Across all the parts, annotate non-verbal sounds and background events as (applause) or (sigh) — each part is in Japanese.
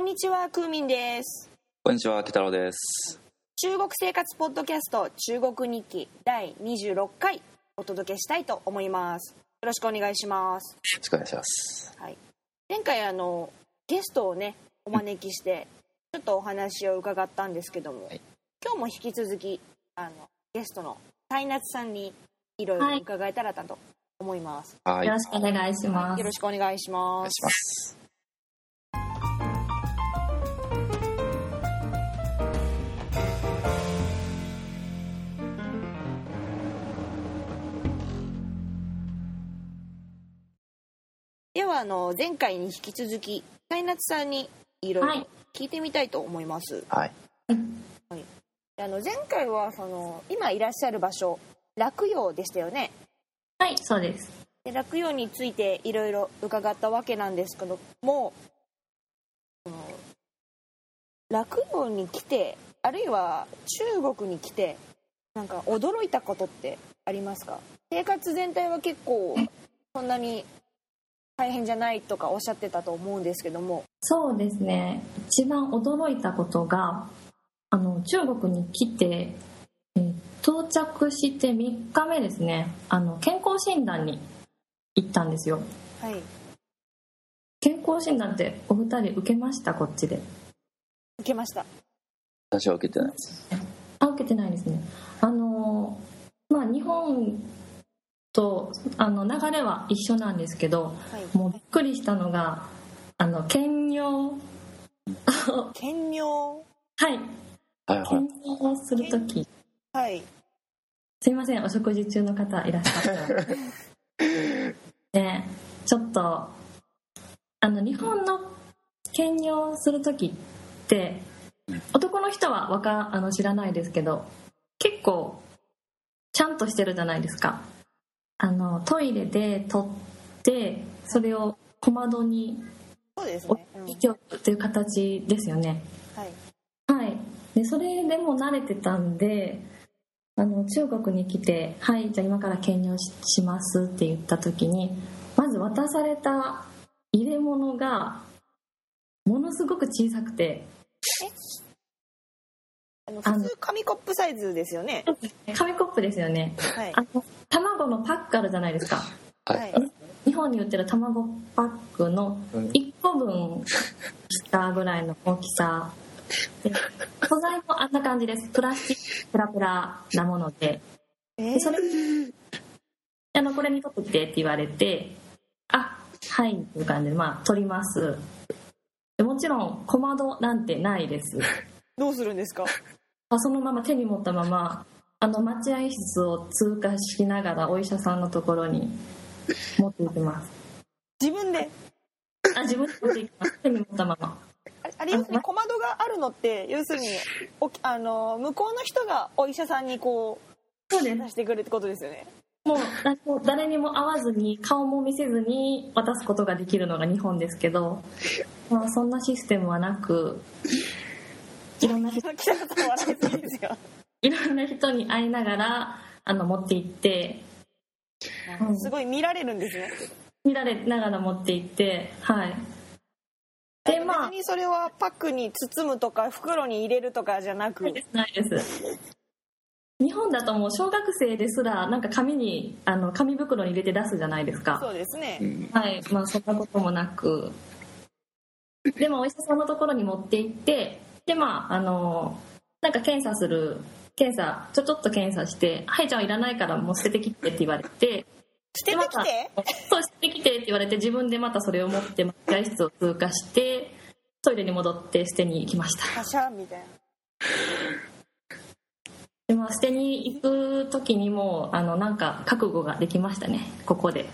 んにちは、クーミンです。こんにちは、てたろうです。中国生活ポッドキャスト中国日記第26回お届けしたいと思います。よろしくお願いします。よろしくお願いします。はい。前回あのゲストをねお招きしてちょっとお話を伺ったんですけども、はい今日も引き続きあのゲストのタイナツさんにいろいろ伺えたらなと思います。はい。よおろしくお願いしまよすろ。しくお願いしま願いす。します。ではあの前回に引き続きタイナツさんにいろいはろい聞いてみたいと思います。はい。あの前回はその今いらっしゃる場所洛陽でしたよねはい、そうです。で洛陽についていろいろ伺ったわけなんですけどもあの洛陽に来てあるいは中国に来てなんか驚いたことってありますか生活全体は結構そんなに大変じゃないとかおっしゃってたと思うんですけどもそうですね。一番驚いたことが、あの中国に来て、え到着して3日目ですね。あの健康診断に行ったんですよ。はい健康診断ってお二人受けましたこっちで。受けました私は受けてないです。あ受けてないですね。あのーまあ日本とあの流れは一緒なんですけど、はいもうびっくりしたのがあの兼業兼業はいはいはい検。査をするとき、はいすいません、お食事中の方いらっしゃったら。で、ちょっと、あの、日本の兼業するときって、男の人はわかあの知らないですけど、結構、ちゃんとしてるじゃないですか。あの、トイレで取って、それを小窓にそうです置ね、うんいておくという形ですよね。はいはい、でそれでもう慣れてたんであの中国に来て「はいじゃあ今から兼業しします」って言った時にまず渡された入れ物がものすごく小さくてあのあの普通紙コップサイズですよね。紙コップですよねはい。あの卵のパックあるじゃないですかはい。日本に売ってる卵パックのうん1個分したぐらいの大きさで素材もあんな感じですプラスチックプラプラなものでえでそれ (laughs) あのこれに取ってきてって言われてあはいっていう感じでまあ取りますでもちろん小窓なんてない (laughs) です、どうするんですか。まあ、そのまま手に持ったままあの待合室を通過しながらお医者さんのところに持っていきます自分で。あ自分で持っていきます手に持ったままああれ要するに小窓があるのって要するにおあの向こうの人がお医者さんにこそううです出してくるってことですよね。もうだもう誰にも会わずに顔も見せずに渡すことができるのが日本ですけど、まあ、そんなシステムはな (laughs) くいろんな人北田さん笑いすぎですよ。いろんな人に会いながらあの持って行ってうんすごい見られるんですね。見られながら持って行ってはいでまあ別にそれはパックに包むとか袋に入れるとかじゃなく、ないですないです日本だともう小学生ですらなんか紙にあの紙袋に入れて出すじゃないですかそうですねう。ん。はいまあそんなこともなくでもお医者さんのところに持って行ってでまああのなんか検査する検査ちょちょっと検査して「はいじゃあいらないからもう捨ててきて」って言われて捨ててきて。そうしてきてって言われて自分でまたそれを持って待合室を通過してトイレに戻って捨てに行きましたパシャみたいな。で、まあ、捨てに行く時にもあのなんか覚悟ができましたねここで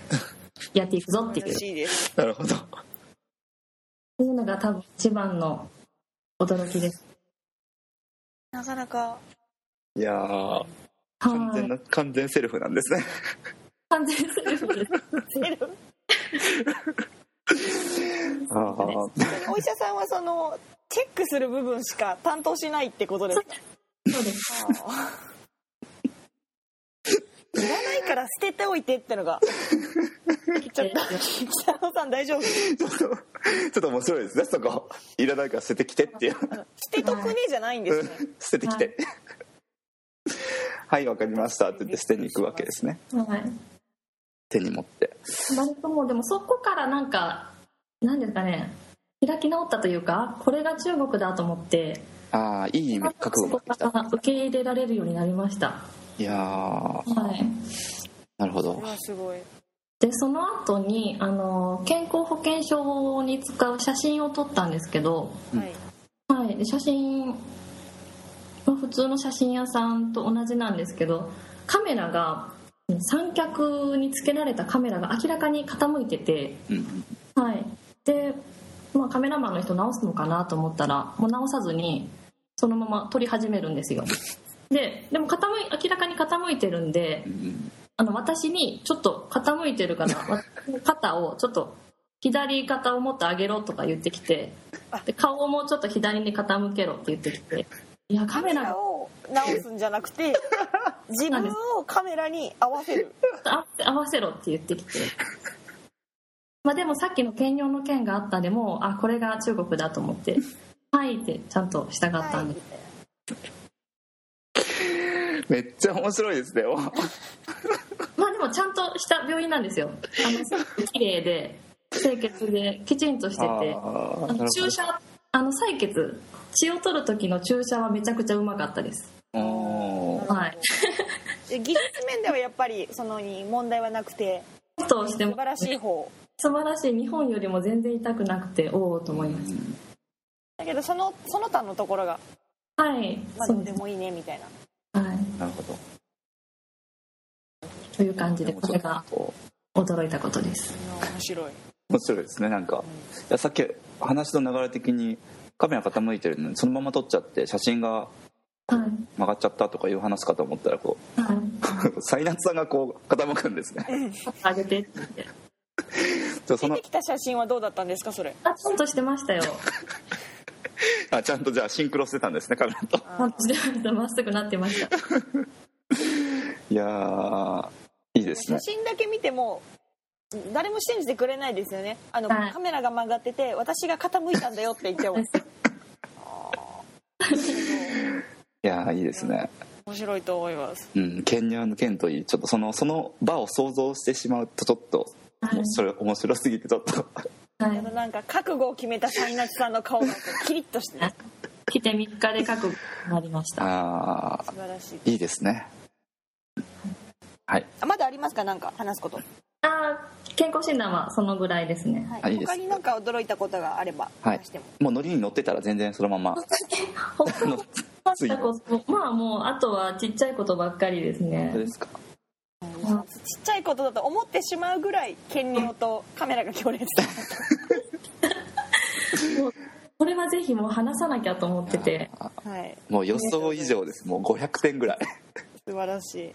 やっていくぞっていう嬉っしいです。なるほど。ていうのが多分一番の驚きですなかなかいやー、完は全いな、完全セルフなんですね。完全セルフです出る。ああ。お医者さんはそのチェックする部分しか担当しないってことですかそうです (laughs) いらないからから捨てておいてってのがちょっと北野さん大丈夫捨 (laughs) ちょっと、ちょっと面白いですね、そこ。いらないから捨ててきてっていう。てとくねじゃないんですね捨ててきて。はい、わ、かりましたって言って捨てに行くわけですね。はい手に持って。割ともうでもそこからなんかなんですかね開き直ったというかこれが中国だと思ってああ、いい意味、覚悟がそこできた。から受け入れられるようになりましたいやー、はいなるほこどれ。はすごいでその後にあの健康保険証に使う写真を撮ったんですけど、うんはいはい、で写真まあ普通の写真屋さんと同じなんですけどカメラが三脚につけられたカメラが明らかに傾いてて、うん。はい、で、まあ、カメラマンの人直すのかなと思ったらもう直さずにそのまま撮り始めるんですよででも傾い明らかに傾いてるんでうんあの私にちょっと傾いてるから私の肩をちょっと左肩をもっと上げろとか言ってきてで顔をもうちょっと左に傾けろって言ってきていやカメカラメラがを直すんじゃなくて自分をカメラに合わせるあ合わせろって言ってきて。 (laughs) まあでもさっきの兼用の件があったんでもうあこれが中国だと思って (laughs) 「はい」ってちゃんと従ったんです、めっちゃ面白いですね。おまあでもちゃんとした病院なんですよあのすごく綺麗で清潔できちんとしててああーなのる注射あの採血血を取る時の注射はめちゃくちゃうまかったですほどおーはいで技術面ではやっぱりそのに問題はなくてテストをして素も晴らしい方素晴らしい日本よりも全然痛くなくておおと思いましだけどそのその他のところが、たはいまあ、そどううで、ですもいいねみたいなはい、なるほど。という感じででもこちょれっとがこ驚いたことです面白いう面白いですね、なんか。いやさっき話の流れ的にカメラ傾いてるのにそのまま撮っちゃって写真がはい曲がっちゃったとかいう話かと思ったらこはい、う (laughs) サイナスさんがこう傾くんですねあげてって言ってじゃあそ出のてきた写真はどうだったんですかそれあちゃんとしてましたよあちゃんとじゃあシンクロしてたんですねカメラとちゃんとしてましたまっすぐなってましたいやーいいです写ね真だけ見ても誰も信じてくれないですよねあの、はいカメラが曲がってて私が傾いたんだよって言 (laughs) ってもいやーいいですね面白いと思いますうん剣入の剣といいちょっとそのその場を想像してしまうとちょっともうそれ面白すぎてちょっと (laughs) はあいとなんか覚悟を決めたサイナチさんの顔がキリッとして、ね、来て3日で覚悟になりましたあ素晴らしいーいいですねはいあまだありますかなんか話すこと、あー健康診断はそのぐらいですねはいあいいです他になんか驚いたことがあればはい話しても、もうノリに乗ってたら全然その (laughs) まま他にあつっい (laughs) たことまあもうあとはちっちゃいことばっかりです本当ねですかはちっちゃいことだと思ってしまうぐらい兼用とカメラ (laughs) が強烈だもうこれはぜひもう話さなきゃと思っててあったはいもう予想以上 (laughs) ですもう500点ぐらい素晴らしい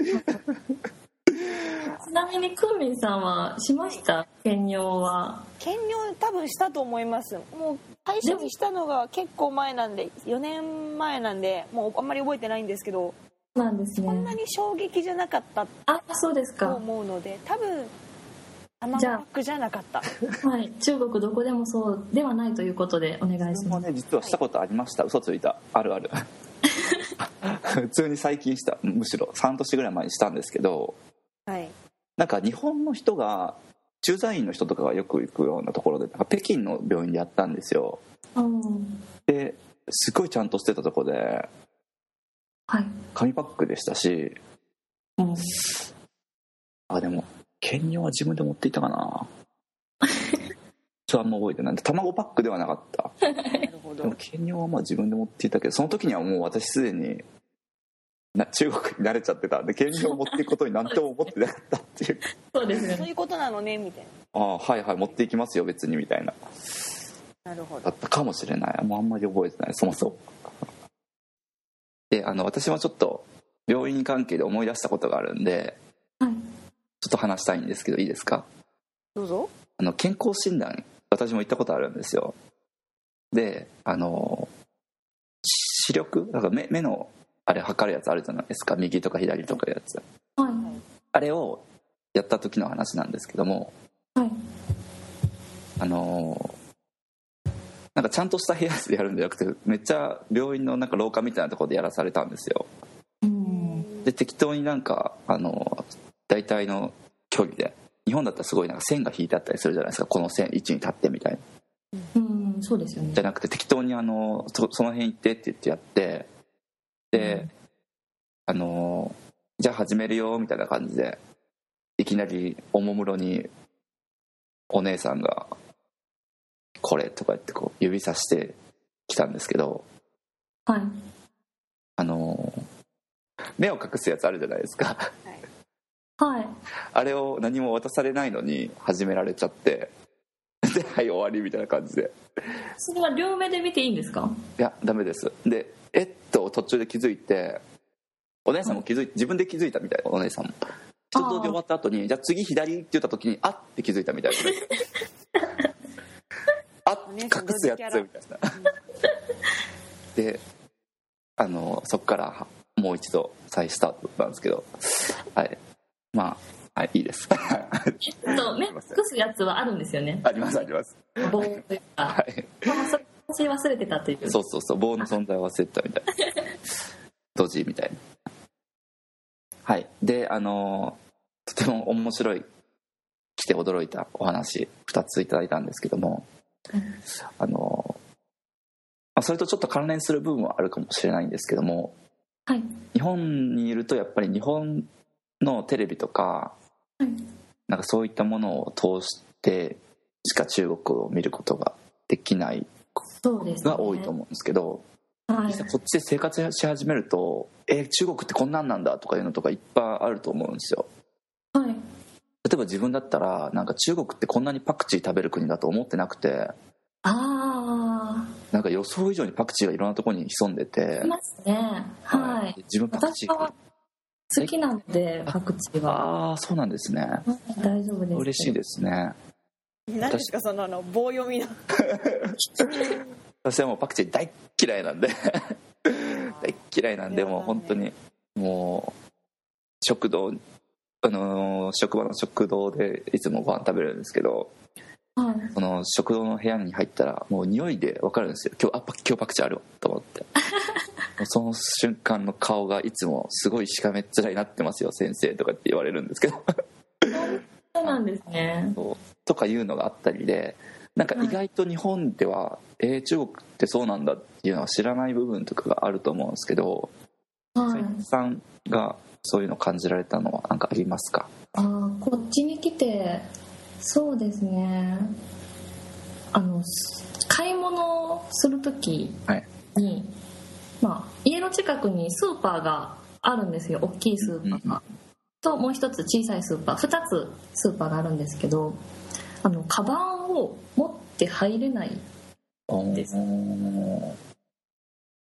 ちなみにクーミンさんはしました兼用は兼用多分したと思いますもう最初にしたのが結構前なんで4年前なんでもうあんまり覚えてないんですけどなんですそんなねに衝撃じゃなかったあそうですとか思うので多分甘じゃあパックじゃなかったはい中国どこでもそうではないということでお願いし僕もますね実はしたことありました嘘ついたあるあ (laughs) る普通に最近したむしろ3年ぐらい前にしたんですけどはいなんか日本の人が駐在員の人とかがよく行くようなところでなんか北京の病院でやったんですようんですごいちゃんとしてたとこではい紙パックでしたしうんあでも兼用は自分で持っていったかな (laughs) ちょっとあんま覚えてない卵パックではなかったなるほでもど兼用はまあ自分で持っていたけどその時にはもう私すでにな (laughs) 中国に慣れちゃってたんで兼用を持っていくことに何とも思ってなかったっていうそうですよそうねいうことなのねみたいああはいはい持っていきますよ別にみたいなななるほだどったかもしれないもうあんまり覚えてないそもそもであの私もちょっと病院関係で思い出したことがあるんではいちょっと話したいんですけどいいですかどうぞあの健康診断私も行ったことあるんですよであの視力なんか目目のあれ測るやつあるじゃないですか右とか左とかいうやつはいあれをやった時の話なんですけどもはいあのーなんかちゃんとした部屋でやるんじゃなくてめっちゃ病院のなんか廊下みたいなところでやらされたんですようんで適当になんかあの大体の距離で日本だったらすごいなんか線が引いてあったりするじゃないですかこの線位置に立ってみたいなうんそうですよねじゃなくて適当にあのそその辺行ってって言ってやってで、うんあのじゃあ始めるよみたいな感じでいきなりおもむろにお姉さんが「これ」とか言ってこう指さしてきたんですけどはいあの目を隠すやつあるじゃないですか (laughs) はいあれを何も渡されないのに始められちゃって (laughs) で「はい終わり」みたいな感じでそれは両目で見ていいんですかいやダメですでえっと途中で気づいてお姉さんも気づい自分で気づいたみたいお姉さんも一通り終わった後にじゃあ次左って言った時にあって気づいたみたいですね (laughs) あおっ姉隠さんすやつみたいなであのそこからはもう一度再スタートなんですけどはいまあ、はい、いいです (laughs) あえっと目隠すやつはあるんですよねりますあります棒というかはいまあそれ私忘れてたというそうそうそう棒の存在を忘れてたみたい (laughs) なドジみたいなはいであのーとても面白い来て驚いたお話2ついただいたんですけどもうんあのーまあそれとちょっと関連する部分はあるかもしれないんですけどもはい日本にいるとやっぱり日本のテレビとかはいなんかそういったものを通してしか中国を見ることができないそうですねが多いと思うんですけど、は実い際こっちで生活し始めるとえ中国ってこんなんなんだとかいうのとかいっぱいあると思うんですよはい例えば自分だったらなんか中国ってこんなにパクチー食べる国だと思ってなくてあなんか予想以上にパクチーがいろんなところに潜んでてあい、ますねはでい自分パクチ私ーは好きなのでパクチーはああそうなんですね大丈夫です嬉しいですね何ですかそのあの棒読みの私はもうパクチー大っ嫌いなんで (laughs) 大っ嫌いなんでもう本当にもう食堂あのー職場の食堂でいつもご飯食べるんですけどはいその食堂の部屋に入ったらもう匂いで分かるんですよ今日あパ今日パクチーあるわと思って (laughs) もうその瞬間の顔がいつもすごいしかめっ面になってますよ先生とかって言われるんですけど (laughs) そうなんですねそうとかいうのがあったりでなんか意外と日本では、えー中国ってそうなんだっていうのは知らない部分とかがあると思うんですけど、は斉い藤さんがそういうの感じられたのは何かありますかあーこっちに来てそうですねあのす買い物をする時はいに、まあ、家の近くにスーパーがあるんですよ大きいスーパーが、ともう一つ小さいスーパー2つスーパーがあるんですけどあのカバンを持って入れないですおー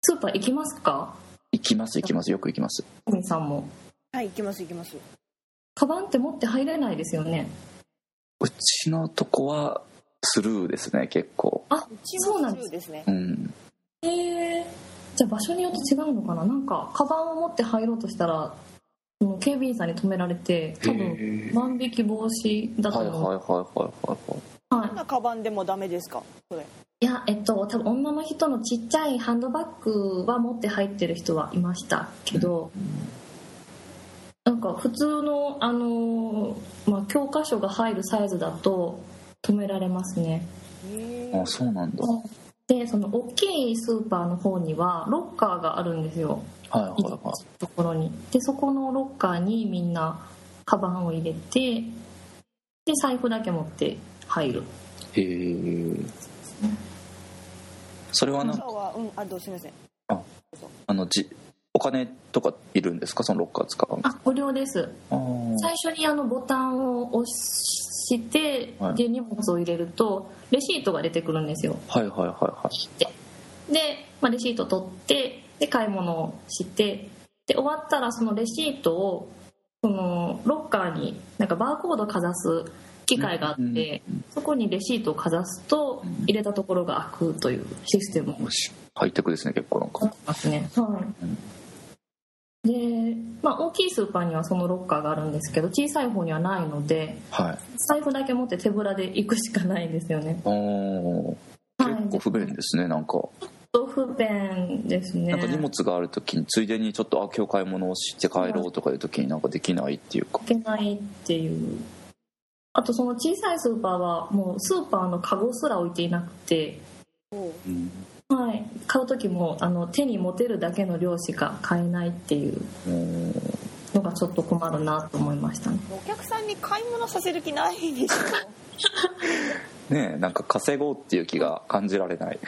スーパー行きますか行きます行きますよく行きますみさんもはい行きます行きますカバンって持って入れないですよねうちのとこはスルーですね結構あそうなん一で応すですねうんへえじゃあ場所によって違うのかななんかカバンを持って入ろうとしたらその警備員さんに止められて多分へー万引き防止だとはいはい思う、はいはいはいはいはいどんなカバンでもダメですかそれいやえっと多分女の人のちっちゃいハンドバッグは持って入ってる人はいましたけど、なんか普通のあのー、まあ、教科書が入るサイズだと止められますねあそうなんだでその大きいスーパーの方にはロッカーがあるんですよはいはいはところにでそこのロッカーにみんなカバンを入れてで財布だけ持って入るいへえそれはなん朝かはうんあどうすみませんあのじお金とかいるんですかそのロッカー使うのあ無料ですあー最初にあのボタンを押してはいで荷物を入れるとレシートが出てくるんですよはいはいはいはいで、まあ、レシート取ってで買い物をしてで終わったらそのレシートをそのロッカーになんかバーコードかざす機械があって、うんうんそこにレシートをかざすとうん入れたところが開くというシステムをよしハイテクですね結構なんなっかてますね、はいでまあ、大きいスーパーにはそのロッカーがあるんですけど小さい方にはないのではい財布だけ持って手ぶらで行くしかないんですよね。おーはい結構不便ですねなんか、ちょっと不便ですねなんか荷物がある時についでにちょっとあ今日買い物をして帰ろうとかいう時になんかできないっていうかいけないっていうあとその小さいスーパーはもうスーパーのカゴすら置いていなくて、おううんはい、買う時もあの手に持てるだけの量しか買えないっていううんのがちょっと困るなと思いましたねお客さんに買い物させる気 (laughs) ないでしょねえなんか稼ごうっていう気が感じられない、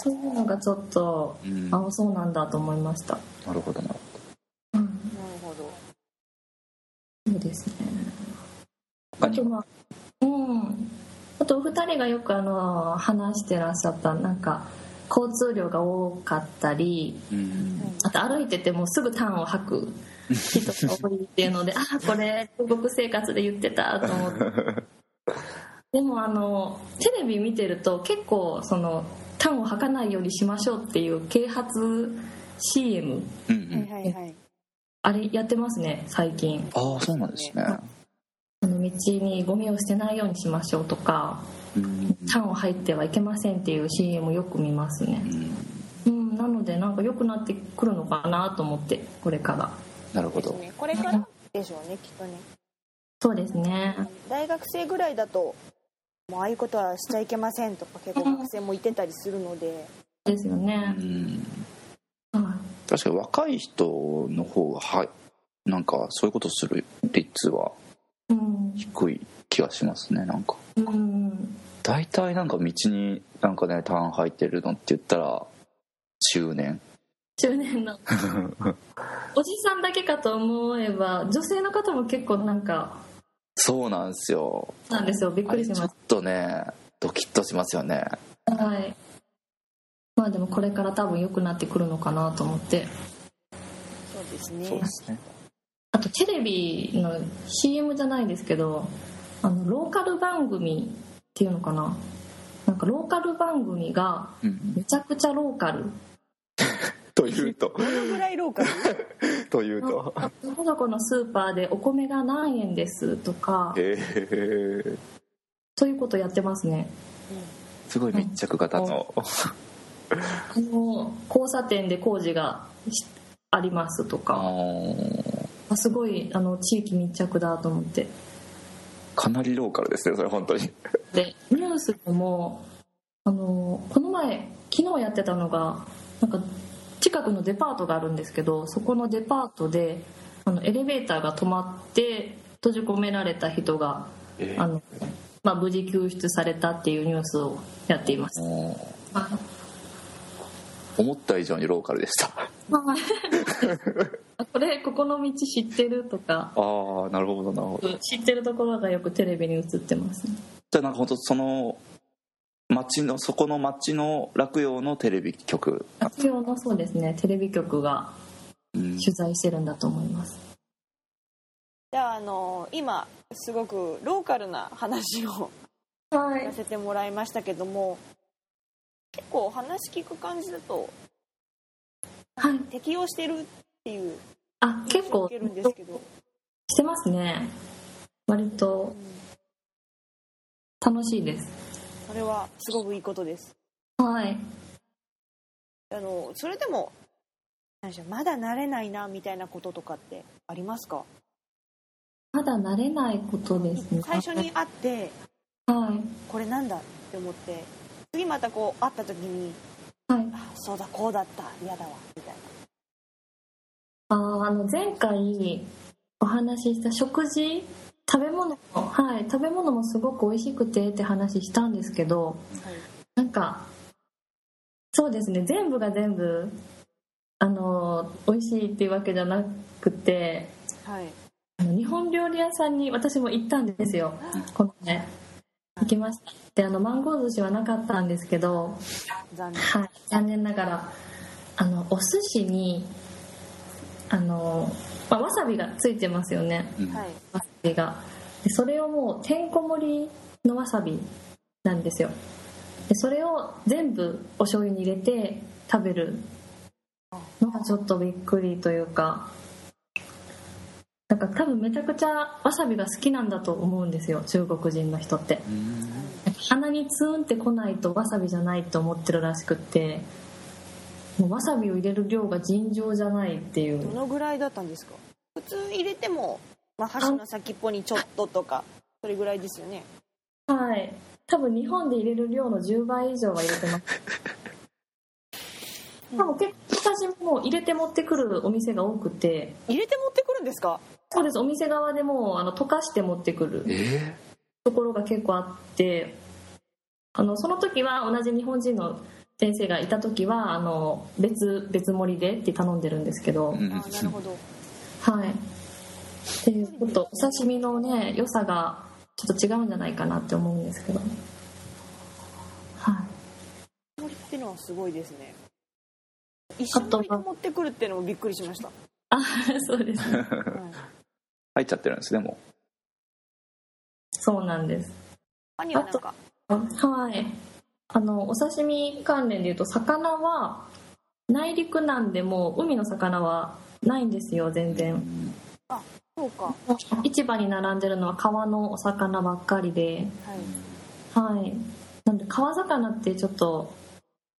そういうのがちょっとうんなあそうなんだと思いました、るほどなうん、なるほどそうですね他あにとまあうんあとお二人がよくあの話してらっしゃったなんか交通量が多かったりうんあと歩いててもすぐターンを吐く人が多いっていう (laughs) のであこれ中国生活で言ってたと思ってでもあのテレビ見てると結構そのターンを吐かないようにしましょうっていう啓発 CM うんうはいんはいはいあれやってますね最近ああそうなんですねあの道にゴミを捨てないようにしましょうとかうんターンを入ってはいけませんっていう CM をよく見ますねうんうんなのでなんか良くなってくるのかなと思ってこれからなるほですどねこれからでしょうねきっとねそうですね大学生ぐらいだともうああいうことはしちゃいけませんと (laughs) か結構学生も言ってたりするのでですよねう、んはい確かに若い人の方がはいなんかそういうことする率はうん低い気がしますねなんかうん大体なんか道になんかねターン入ってるのって言ったら中年中年のおじさんだけかと思えば女性の方も結構なんかそうなんですよなんですよびっあくれりちしょまっとねドキッとしますよねすはいまあでもこれから多分良くなってくるのかなと思ってそうですねそうですねあとテレビの CM じゃないですけどあのローカル番組っていうのかななんかローカル番組がうんめちゃくちゃローカルというとどのぐらいローカル (laughs) という (laughs) とあどこどこのスーパーでお米が何円ですとかへえそういうことやってますねすごい密着型のあの交差点で工事がしありますとあかーあすごいあの地域密着だと思ってかなりローカルですねそれ本当にでニュースでもあのこの前昨日やってたのがなんか近くのデパートがあるんですけどそこのデパートであのエレベーターが止まって閉じ込められた人がえあの、まあ、無事救出されたっていうニュースをやっています。あ思った以上にローカルでしたあまあ (laughs) これここの道知ってるとか (laughs) あなるほどなるほど知ってるところがよくテレビに映ってますねじゃあなんか本当その町のそこの町の落陽のテレビ局夏用のそうですねテレビ局がうん取材してるんだと思いますじゃああの今すごくローカルな話をはさせてもらいましたけども結構お話聞く感じだとはい適応してるっていうあ結印象を構受けるんでしすけど、てますね割と楽しいですそれはすごくいいことですはいあのそれでもなんでしょうまだ慣れないなみたいなこととかってありますかまだ慣れないことですね最初に会ってはこれなんだって思って次またこう会った時にいはいあそうだこうだった嫌だわみたいあーあの前回お話しした食事食べ物もはい食べ物もすごく美味しくてって話したんですけどな、なんかそうですね全部が全部あの美味しいっていうわけじゃなくてはい、はい、あの日本料理屋さんに私も行ったんですよこの前行きましたであのマンゴー寿司はなかったんですけど、残念はい、残念ながらあのお寿司にあの、まあわさびがついてますよねうんはいわさびがでそれをもうてんこ盛りのわさびなんですよでそれを全部お醤油に入れて食べるのがちょっとびっくりというかなんか多分めちゃくちゃわさびが好きなんだと思うんですよ中国人の人って鼻にツーンってこないとわさびじゃないと思ってるらしくってもうわさびを入れる量が尋常じゃないっていどうのぐらいだったんですか普通入れても、まあ、箸の先っぽにちょっととかそれぐらいですよねはい多分日本で入れる量の10倍以上は入れてますうでんも結構私もう入れて持ってくるお店が多くて入れて持ってくるんですかそうですお店側でもうあの溶かして持ってくるえところが結構あってあのその時は同じ日本人の先生がいた時はあの別別盛りでって頼んでるんですけど、ーうあんーなるほどはいでちょっとお刺身のね良さがちょっと違うんじゃないかなって思うんですけどはい盛りっていうのはすごいですね一緒に入れて持ってくるっていうのもびっくりしました、あ (laughs) そうですねうん、入っちゃってるんですねもそうなんです他にはなんかはいあのお刺身関連でいうと魚は内陸なんでもう海の魚はないんですよ全う然、うんそうか、は市場に並んでるのは川のお魚ばっかりではいなんで川魚ってちょっと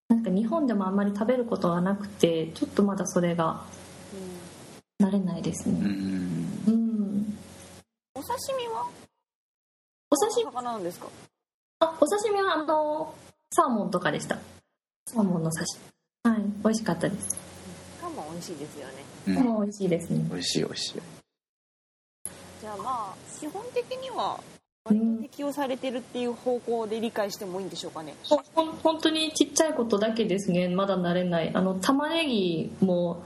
なんか日本でもあんまり食べることがなくてちょっとまだそれがいうん、慣れないですうねんうんお刺身はお刺身お魚なんですかあお刺身はあのサーモンとかでしたサーモンの刺身はい美味しかったですサーモン美味しいですよねうんもう美味しいですね美味しい美味しいじゃあまあ基本的には割と適用されてるっていう方向で理解してもいいんでしょうかね、ほほん本当にちっちゃいことだけですねまだ慣れないあの玉ねぎも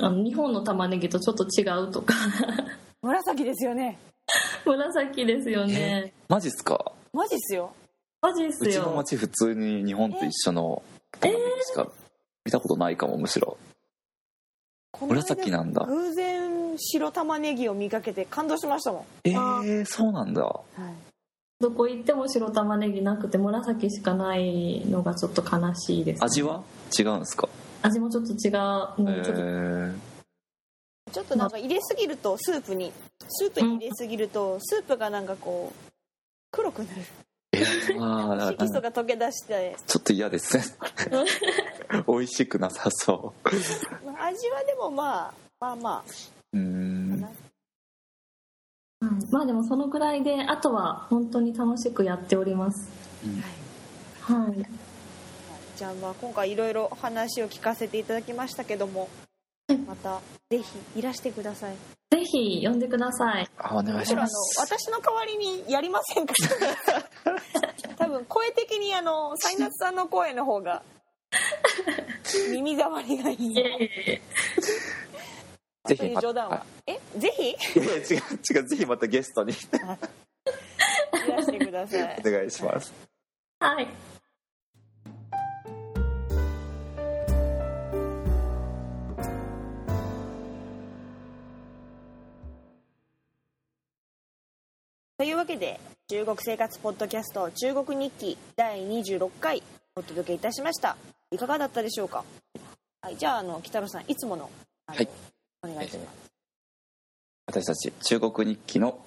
あの日本の玉ねぎとちょっと違うとか (laughs) 紫ですよね紫ですよねマジっすかマジっすよマジっすうちのよ。町普通に日本と一緒の玉ねぎしか見たことないかもむしろこの間紫なんだ偶然白玉ねぎを見かけて感動しましたもえー、そうなんだん、はい、どこ行っても白玉ねぎなくて紫しかないのがちょっと悲しいです。味は違うんですか、味もちょっと違う。うんえちょっとーちょっとなんか入れすぎるとスープにスープに入れすぎるとスープがなんかこう黒くなるえー、あーだか色ら素が溶け出してちょっと嫌です (laughs) ね美味しくなさそまあ味はでもまあまあまううーあんうんまあでもそのくらいで、あとは本当に楽しくやっております。はい。じゃあまあ今回いろいろお話を聞かせていただきましたけどもまたぜひいらしてくださいぜひ呼んでください。あお願いほしらあまのす私の代わりにやりません (laughs) か多分声的にあのサイナスさんの声の方が耳障りが (laughs) いいぜといひうまた冗談はえぜひいやいや違う違うぜひまたゲストにいらしてくださ (laughs) いお願いしますはい。というわけで中国生活ポッドキャスト中国日記第26回お届けいたしましたいかがだったでしょうか、はい、じゃああの北野さんいつものあのはいお願いします私たち中国日記の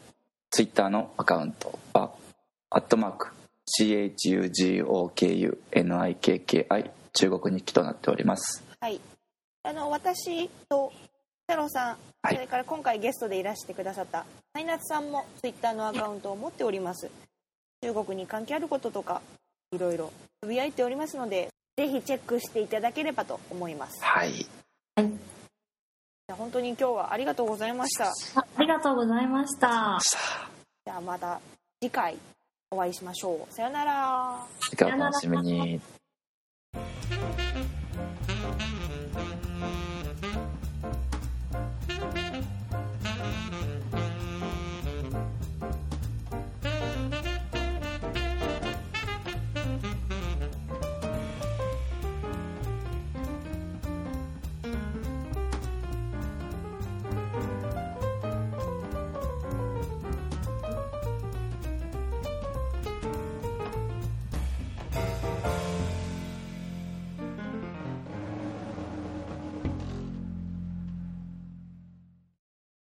ツイッターのアカウントは「アットマーク #CHUGOKUNIKKI 中国日記」となっておりますはいあの私と北野さん、はいそれから今回ゲストでいらしてくださったナイナツさんもツイッターのアカウントを持っております中国に関係あることとかいろいろつぶやいておりますのでぜひチェックしていただければと思いますはいじゃあ本当に今日はありがとうございましたあありがとうございました。じゃあまた次回お会いしましょう。さよなら。次回お楽しみに